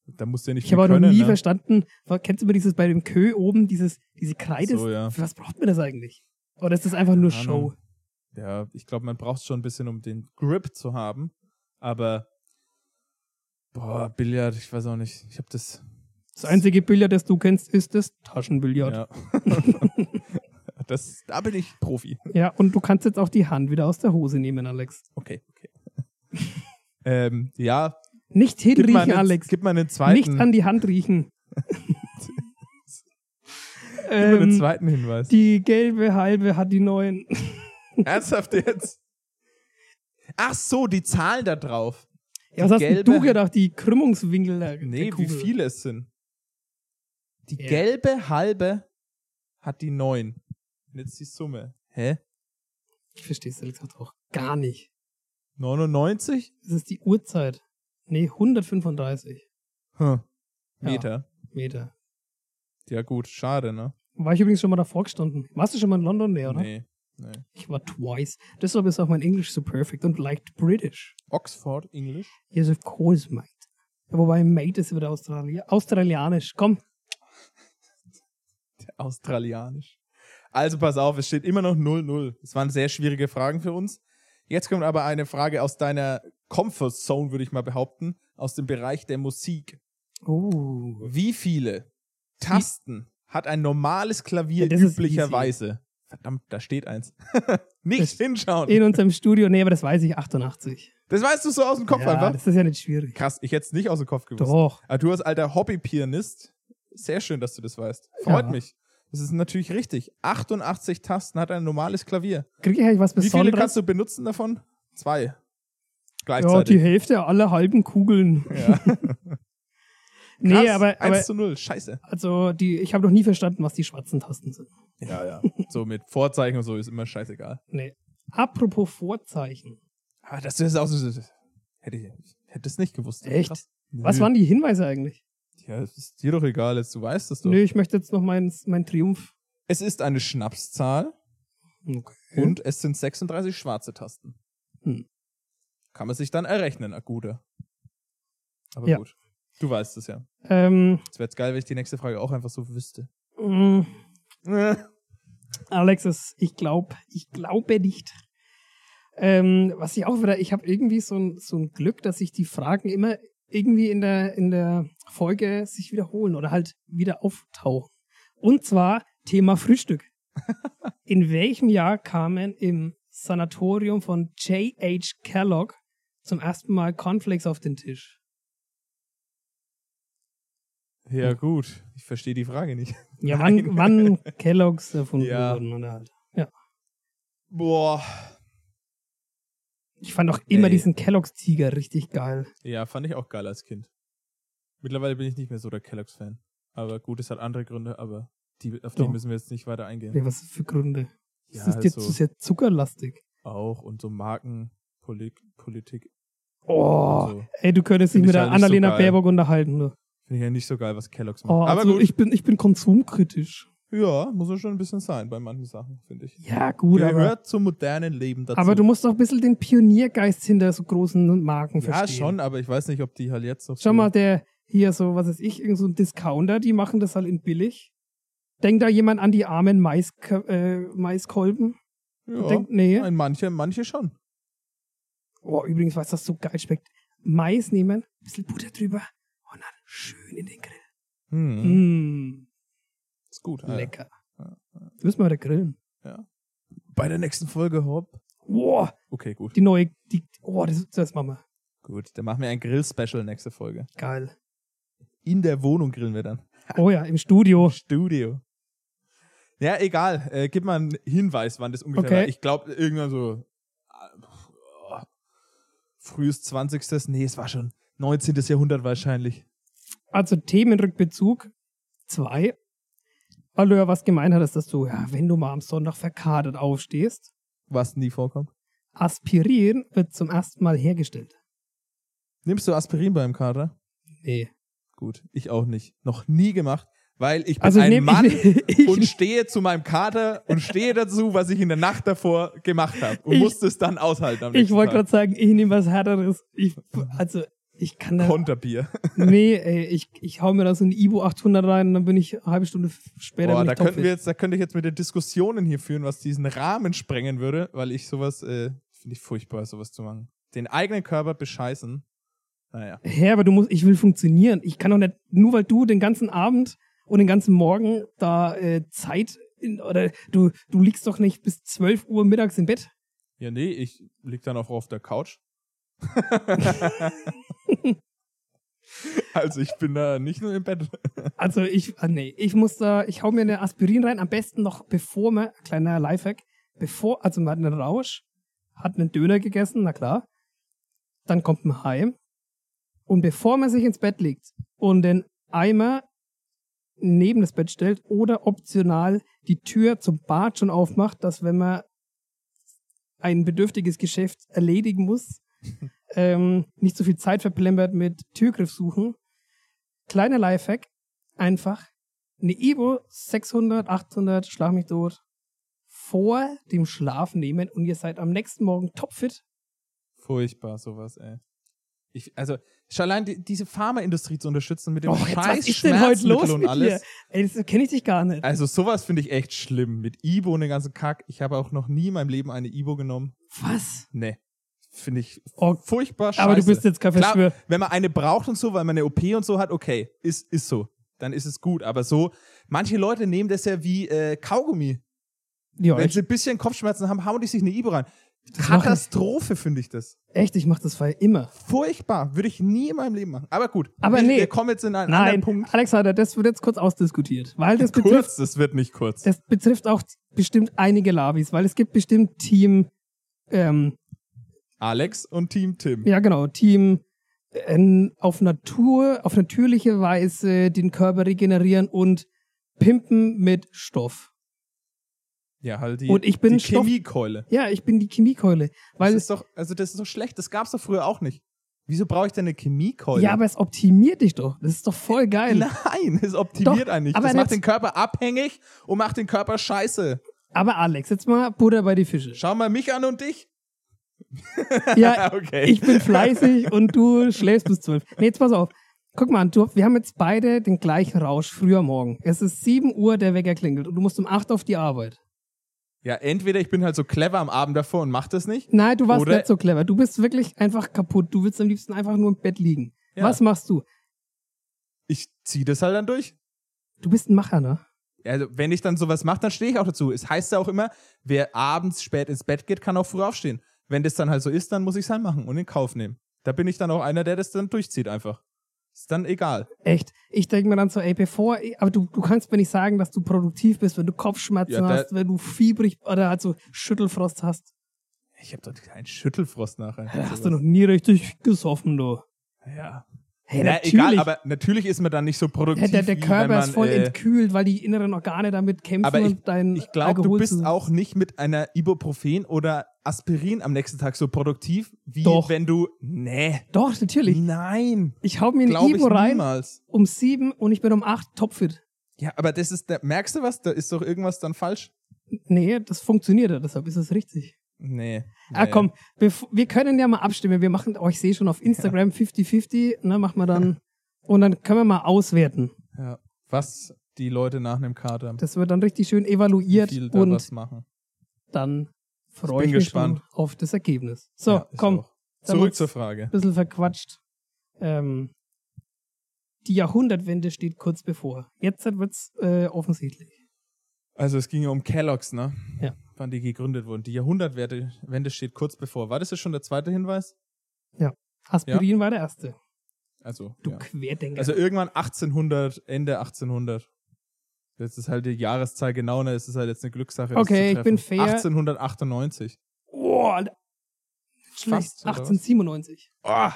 da musst du ja nicht Ich viel habe auch noch können, nie ne? verstanden, wa- kennst du immer dieses bei dem Kö oben, dieses, diese Kreide? So, ja. Für was braucht man das eigentlich? Oder ist das einfach nur Keine Show? Ahnung. Ja, ich glaube, man braucht schon ein bisschen, um den Grip zu haben. Aber, boah, Billard, ich weiß auch nicht. Ich habe das Das einzige Billard, das du kennst, ist das Taschenbillard. Ja. Ja. das, da bin ich Profi. und du kannst jetzt auch die Hand wieder aus der Hose nehmen, Alex. Okay, okay. ähm, ja, Nicht gib mal, hinriechen, einen, Alex. gib mal einen zweiten, Nicht an die Hand riechen. gib mal einen ähm, zweiten Hinweis. die gelbe halbe hat die neun. Ernsthaft jetzt? Ach so, die Zahlen da drauf. Ja, was hast denn gelbe- du gedacht? Die Krümmungswinkel der, Nee, der wie Kugel. viele es sind. Die Ja. gelbe halbe hat die neun. Und jetzt die Summe. Hä? Ich verstehe es ehrlich gesagt auch gar nicht. 99? Das ist die Uhrzeit. Nee, 135 Hm. Meter. Meter. Ja. gut, schade, ne? War ich übrigens schon mal davor gestanden. Warst du schon mal in London näher, oder? Nee. nee. Ich war twice. Deshalb ist auch mein Englisch so perfect und liked British. Oxford English? Yes, of course, mate. Ja, wobei, mate ist wieder Australi australianisch. Komm, Australianisch. Also pass auf, es steht immer noch 0-0. Es waren sehr schwierige Fragen für uns. Jetzt kommt aber eine Frage aus deiner Comfort Zone, würde ich mal behaupten, aus dem Bereich der Musik. Oh. Wie viele Tasten hat ein normales Klavier Ja, das ist üblicherweise? Verdammt, da steht eins. Das- nicht hinschauen. In unserem Studio, nee, aber das weiß ich, 88. Das weißt du so aus dem Kopf ja, einfach. Das ist ja nicht schwierig. Krass, ich hätte es nicht aus dem Kopf gewusst. Doch. Aber du als alter Hobbypianist, sehr schön, dass du das weißt. Freut Ja. mich. Das ist natürlich richtig. 88 Tasten hat ein normales Klavier. Krieg ich eigentlich was Wie viele Besonderes? kannst du benutzen davon? Zwei. ja, die Gleichzeitig. Hälfte aller halben Kugeln. Ja, nee, aber, 1 aber zu 0, scheiße. also die, ich habe noch nie verstanden, was die schwarzen Tasten sind. Ja, ja. So mit Vorzeichen und so ist immer scheißegal. Nee. Apropos Vorzeichen. Aber das ist auch so. Hätte ich hätte es nicht gewusst. Echt? Krass. Was Nö. waren die Hinweise eigentlich? Ja, es ist dir doch egal, jetzt, du weißt es doch. Nö, ich möchte jetzt noch meinen mein Triumph. Es ist eine Schnapszahl und es sind 36 schwarze Tasten. Hm. Kann man sich dann errechnen, Agude. Aber Ja. gut. Du weißt es ja. Ähm, mm, Es wäre jetzt geil, wenn ich die nächste Frage auch einfach so wüsste. mh, Äh. Alexis, ich glaube, ich glaube nicht. Ähm, was ich auch wieder, ich habe irgendwie so ein, so ein Glück, dass sich die Fragen immer irgendwie in der, in der Folge sich wiederholen oder halt wieder auftauchen. Und zwar Thema Frühstück. in welchem Jahr kamen im Sanatorium von J.H. Kellogg zum ersten Mal Cornflakes auf den Tisch? Ja, gut. Ich verstehe die Frage nicht. Ja, wann, wann Kelloggs erfunden Ja. wurden oder halt. Boah. Ich fand auch immer Ey. diesen Kelloggs-Tiger richtig geil. Ja, fand ich auch geil als Kind. Mittlerweile bin ich nicht mehr so der Kellogg's-Fan. Aber gut, es hat andere Gründe, aber die, auf die Ja. müssen wir jetzt nicht weiter eingehen. Nee, was für Gründe? Ja, das ist jetzt also- zu sehr zuckerlastig. Auch und so Markenpolitik. Oh, Also, ey, du könntest dich Find mit ich der halt nicht so Annalena geil. Baerbock unterhalten. Du. Finde ich ja nicht so geil, was Kellogg's macht. Oh, aber also gut. Ich, bin, ich bin konsumkritisch. ja, muss man schon ein bisschen sein bei manchen Sachen, finde ich. Ja, gut, aber, Gehört zum modernen Leben dazu. aber du musst doch ein bisschen den Pioniergeist hinter so großen Marken ja, verstehen. schon, aber ich weiß nicht, ob die halt jetzt noch Schau so mal, der hier so, was weiß ich, irgend so ein Discounter, die machen das halt in billig. Denkt da jemand an die armen Mais, äh, Maiskolben? Ja, Denkt, nee. nein, manche, manche schon. Oh, übrigens, was das so geil schmeckt. Mais nehmen, ein bisschen Butter drüber und dann schön in den Grill. Hm, Mm, Ist gut. Alter. lecker. Ja, Müssen wir heute grillen. Bei der nächsten Folge, Hopp. Wow, Okay, gut. die neue, die, oh, das, das machen wir. Gut, dann machen wir ein Grill-Special nächste Folge. Geil. In der Wohnung grillen wir dann. Oh ja, im Studio. Studio. Ja, egal. Äh, gib mal einen Hinweis, wann das ungefähr Okay. war. Ich glaube, irgendwann so äh, pf, oh, frühes 20. Nee, es war schon 19. Jahrhundert wahrscheinlich. Also Themenrückbezug 2. Weil du ja was gemeint hattest, dass du, ja, wenn du mal am Sonntag verkadert aufstehst, Was nie vorkommt. Aspirin wird zum ersten Mal hergestellt. Nimmst du Aspirin beim Kater? Nee. Gut, ich auch nicht. Noch nie gemacht, weil ich bin Also ich ein nehme Mann ich, ich, und stehe zu meinem Kater und stehe dazu, was ich in der Nacht davor gemacht habe und Ich- musste es dann aushalten. Am ich nächsten wollte Tag. gerade sagen, ich nehme was härteres. Ich, also ich kann da Konterbier. Nee, ey, ich, ich hau mir da so ein Ibo 800 rein und dann bin ich eine halbe Stunde später Boah, bin da ich könnten topfit. wir jetzt, da könnte ich jetzt mit den Diskussionen hier führen, was diesen Rahmen sprengen würde, weil ich sowas, äh, finde ich furchtbar, sowas zu machen. Den eigenen Körper bescheißen. Naja. Hä, aber du musst, ich will funktionieren. Ich kann doch nicht, nur weil du den ganzen Abend und den ganzen Morgen da äh, Zeit in, oder du, du liegst doch nicht bis 12 Uhr mittags im Bett. Ja, nee, ich lieg dann auch auf der Couch. also ich bin da nicht nur im Bett. Also ich, ah, nee, ich muss da, ich hau mir eine Aspirin rein, am besten noch bevor man, kleiner Lifehack, bevor, also man hat einen Rausch, hat einen Döner gegessen, na klar, dann kommt man heim und bevor man sich ins Bett legt und den Eimer neben das Bett stellt oder optional die Tür zum Bad schon aufmacht, dass wenn man ein bedürftiges Geschäft erledigen muss, ähm, nicht so viel Zeit verplempert mit Türgriff suchen. Kleiner Lifehack, einfach eine Ibo 600, 800, schlag mich tot, vor dem Schlaf nehmen und ihr seid am nächsten Morgen topfit. Furchtbar, sowas, ey. Ich, also, schon allein die, diese Pharmaindustrie zu unterstützen mit dem Oh, jetzt, Scheiß was ist denn heute los Schmerzmittel mit und alles. dir? Ey, das kenne ich dich gar nicht. Also sowas finde ich echt schlimm. Mit Ibo und den ganzen Kack. Ich habe auch noch nie in meinem Leben eine Ibo genommen. Was? Nee. Finde ich Oh, furchtbar scheiße. aber du bist jetzt kein Klar, Verschwörer. wenn man eine braucht und so, weil man eine OP und so hat, okay, ist, ist so. Dann ist es gut. Aber so, manche Leute nehmen das ja wie äh, Kaugummi. Ja, wenn ich, sie ein bisschen Kopfschmerzen haben, hauen die sich eine Ibo rein. mach ich. Katastrophe finde ich das. echt, ich mache das Fall immer. Furchtbar. Würde ich nie in meinem Leben machen. Aber gut. Aber wir, nee. wir kommen jetzt in einen anderen Nein, Punkt. Alexander, das wird jetzt kurz ausdiskutiert, weil das betrifft, Kurz, das wird nicht kurz. das betrifft auch bestimmt einige Labis, weil es gibt bestimmt Team, ähm, Alex und Team Tim. Ja, genau. Team äh, auf Natur, auf natürliche Weise den Körper regenerieren und pimpen mit Stoff. Ja, halt die, Und ich bin die Stoff- Chemiekeule. Ja, ich bin die Chemiekeule. Weil das ist doch, also das ist doch schlecht. Das gab's doch früher auch nicht. Wieso brauche ich denn eine Chemiekeule? Ja, aber es optimiert dich doch. Das ist doch voll geil. Nein, es optimiert Doch, einen nicht. aber Das macht jetzt- den Körper abhängig und macht den Körper scheiße. Aber Alex, jetzt mal Butter bei die Fische. Schau mal mich an und dich. Ja, Okay. Äh, ich bin fleißig und du schläfst bis zwölf. Nee, jetzt pass auf. Guck mal, du, wir haben jetzt beide den gleichen Rausch früher Morgen. Es ist 7 Uhr, der Wecker klingelt und du musst um 8 auf die Arbeit. Ja, entweder ich bin halt so clever am Abend davor und mach das nicht. Nein, du warst Oder- nicht so clever. Du bist wirklich einfach kaputt. Du willst am liebsten einfach nur im Bett liegen. Ja. Was machst du? Ich zieh das halt dann durch. Du bist ein Macher, ne? Also, wenn ich dann sowas mache, dann stehe ich auch dazu. Es heißt ja auch immer, wer abends spät ins Bett geht, kann auch früh aufstehen. Wenn das dann halt so ist, dann muss ich es halt machen und in Kauf nehmen. Da bin ich dann auch einer, der das dann durchzieht einfach. Ist dann egal. Echt. Ich denke mir dann so, ey, bevor, aber du, du kannst mir nicht sagen, dass du produktiv bist, wenn du Kopfschmerzen Ja, da- hast, wenn du fiebrig oder halt so Schüttelfrost hast. Ich habe doch keinen Schüttelfrost nachher. Da hast du noch nie richtig gesoffen, du. Ja. Hey, Na, natürlich. egal, aber natürlich ist man dann nicht so Ja, produktiv. der, der wie Körper wenn man, ist voll äh, entkühlt, weil die inneren Organe damit kämpfen Aber ich- und dein Ich glaube, du Alkohol bist zu- auch nicht mit einer Ibuprofen oder Aspirin am nächsten Tag so produktiv, wie Doch. wenn du. Nee. Doch, natürlich. Nein. Ich hau mir ein Glaube ich Ibo rein niemals. um sieben und ich bin um acht topfit. Ja, aber das ist. Der, merkst du was? Da ist doch irgendwas dann falsch. Nee, das funktioniert ja, deshalb ist es richtig. Nee. nee. Ah, komm, bev- wir können ja mal abstimmen. Wir machen, oh, ich sehe schon auf Instagram 50-50, ne, machen wir dann. Und dann können wir mal auswerten. Ja. Was die Leute nach einem Kater haben. Das wird dann richtig schön Wie evaluiert viel da und was machen. dann freue bin ich mich gespannt. schon auf das Ergebnis. So, Ja, ist komm. auch. Dann Zurück wird's- zur Frage. bisschen verquatscht. Ähm, die Jahrhundertwende steht kurz bevor. Jetzt wird's äh, offensichtlich. Also es ging ja um Kellogg's, ne? Ja. Wann die gegründet wurden. Die Jahrhundertwende Wende steht kurz bevor. War das jetzt schon der zweite Hinweis? Aspirin war der erste. Also, Du ja. Querdenker. Also irgendwann 1800, Ende 1800. Das ist halt die Jahreszahl genau, ne? Es ist halt jetzt eine Glückssache. das Okay, zu ich bin treffen. fair. 1898. oh, Alter. Fast, Schlecht. oder was? 1897. Oh, Komm,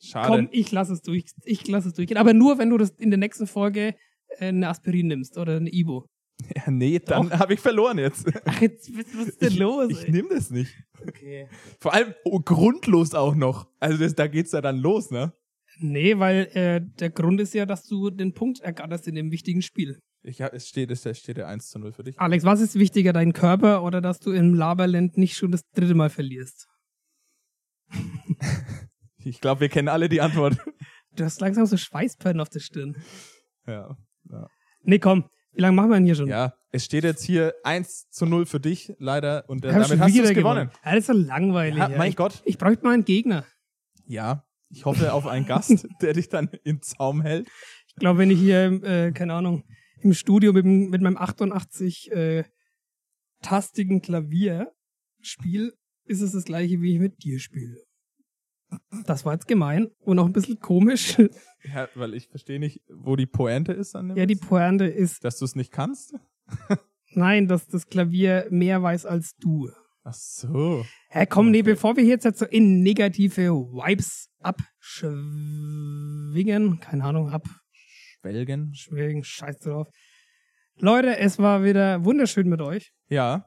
schade. ich lass es durch. Ich lass es durchgehen. Aber nur, wenn du das in der nächsten Folge äh, eine Aspirin nimmst oder eine Ibo. Ja, nee, dann habe ich verloren jetzt. Ach, jetzt, was, was ist denn Ich- los? Ich ey? nehme das nicht. okay. Vor allem oh, grundlos auch noch. Also das, da geht's ja dann los, ne? Nee, weil äh, der Grund ist ja, dass du den Punkt ergatterst in dem wichtigen Spiel. Ich hab, es steht, es steht ja 1 zu 0 für dich. Alex, was ist wichtiger, dein Körper oder dass du im Laberland nicht schon das dritte Mal verlierst? Ich glaube, wir kennen alle die Antwort. Du hast langsam so Schweißperlen auf der Stirn. ja. ja. Nee, komm, wie lange machen wir denn hier schon? Ja, es steht jetzt hier 1 zu 0 für dich, leider. Und äh, Wir haben damit schon hast du wieder es gewonnen. Ja, das ist so langweilig. Ja, ja. mein ich, Gott. ich bräuchte mal einen Gegner. Ja, ich hoffe auf einen Gast, der dich dann im Zaum hält. Ich glaube, wenn ich hier, äh, keine Ahnung, im Studio mit, dem- mit meinem 88-tastigen Klavier spiele, ist es das gleiche, wie ich mit dir spiele. Das war jetzt gemein und auch ein bisschen komisch. Ja, weil ich verstehe nicht, wo die Pointe ist an dem. ja, die Witz. Pointe ist, Dass du es nicht kannst? nein, dass das Klavier mehr weiß als du. Ach so. Hä, komm, nee, bevor wir hier jetzt so in negative Vibes abschwingen, keine Ahnung, Belgien. abschwingen, scheiß drauf. Leute, es war wieder wunderschön mit euch. Ja.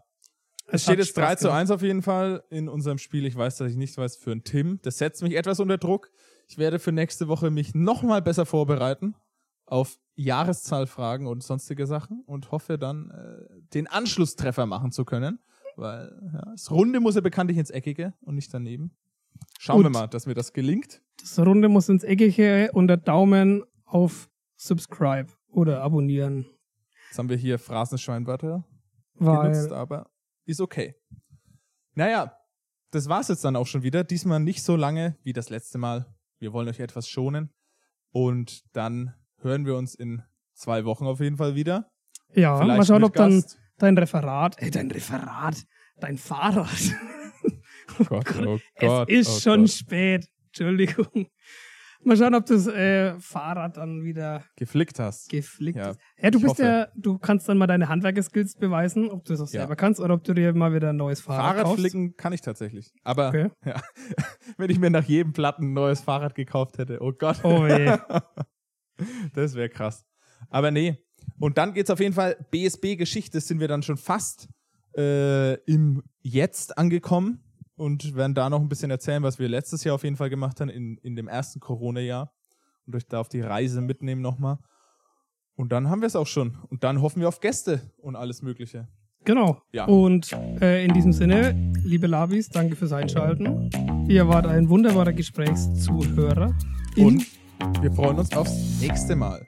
Es hat steht jetzt Spaß 3 zu gemacht. 1 auf jeden Fall in unserem Spiel. Ich weiß, dass ich nichts weiß für einen Tim. Das setzt mich etwas unter Druck. Ich werde für nächste Woche mich nochmal besser vorbereiten auf Jahreszahlfragen und sonstige Sachen und hoffe dann, äh, den Anschlusstreffer machen zu können. Weil ja, das Runde muss ja bekanntlich ins Eckige und nicht daneben. Schauen wir Und- mal, dass mir das gelingt. Das Runde muss ins Eckige und der Daumen auf Subscribe oder abonnieren. Jetzt haben wir hier Phrasenschweinwörter genutzt, Weil, aber ist okay. Naja, das war's jetzt dann auch schon wieder. Diesmal nicht so lange wie das letzte Mal. Wir wollen euch etwas schonen. Und dann hören wir uns in zwei Wochen auf jeden Fall wieder. ja, mal schauen, mit ob dann Gast. dein Referat, äh, dein Referat, dein Fahrrad. Oh Gott, oh Gott, es ist oh schon Gott. spät. Entschuldigung. Mal schauen, ob das äh, Fahrrad dann wieder geflickt hast. geflickt Ja, ist. Ja, du ich bist hoffe. ja, du kannst dann mal deine Handwerkerskills beweisen, ob du das auch Ja. selber kannst oder ob du dir mal wieder ein neues Fahrrad, Fahrrad kaufst. flicken kann ich tatsächlich. Aber Okay. ja, wenn ich mir nach jedem Platten ein neues Fahrrad gekauft hätte, oh Gott. Oh weh. Das wäre krass. Aber nee. Und dann geht's auf jeden Fall BSB-Geschichte. Sind wir dann schon fast äh, im Jetzt angekommen. und werden da noch ein bisschen erzählen, was wir letztes Jahr auf jeden Fall gemacht haben, in, in dem ersten Corona-Jahr. Und euch da auf die Reise mitnehmen nochmal. Und dann haben wir es auch schon. Und dann hoffen wir auf Gäste und alles Mögliche. Genau. Ja. Und äh, in diesem Sinne, liebe Labis, danke fürs Einschalten. Ihr wart ein wunderbarer Gesprächszuhörer. Und wir freuen uns aufs nächste Mal.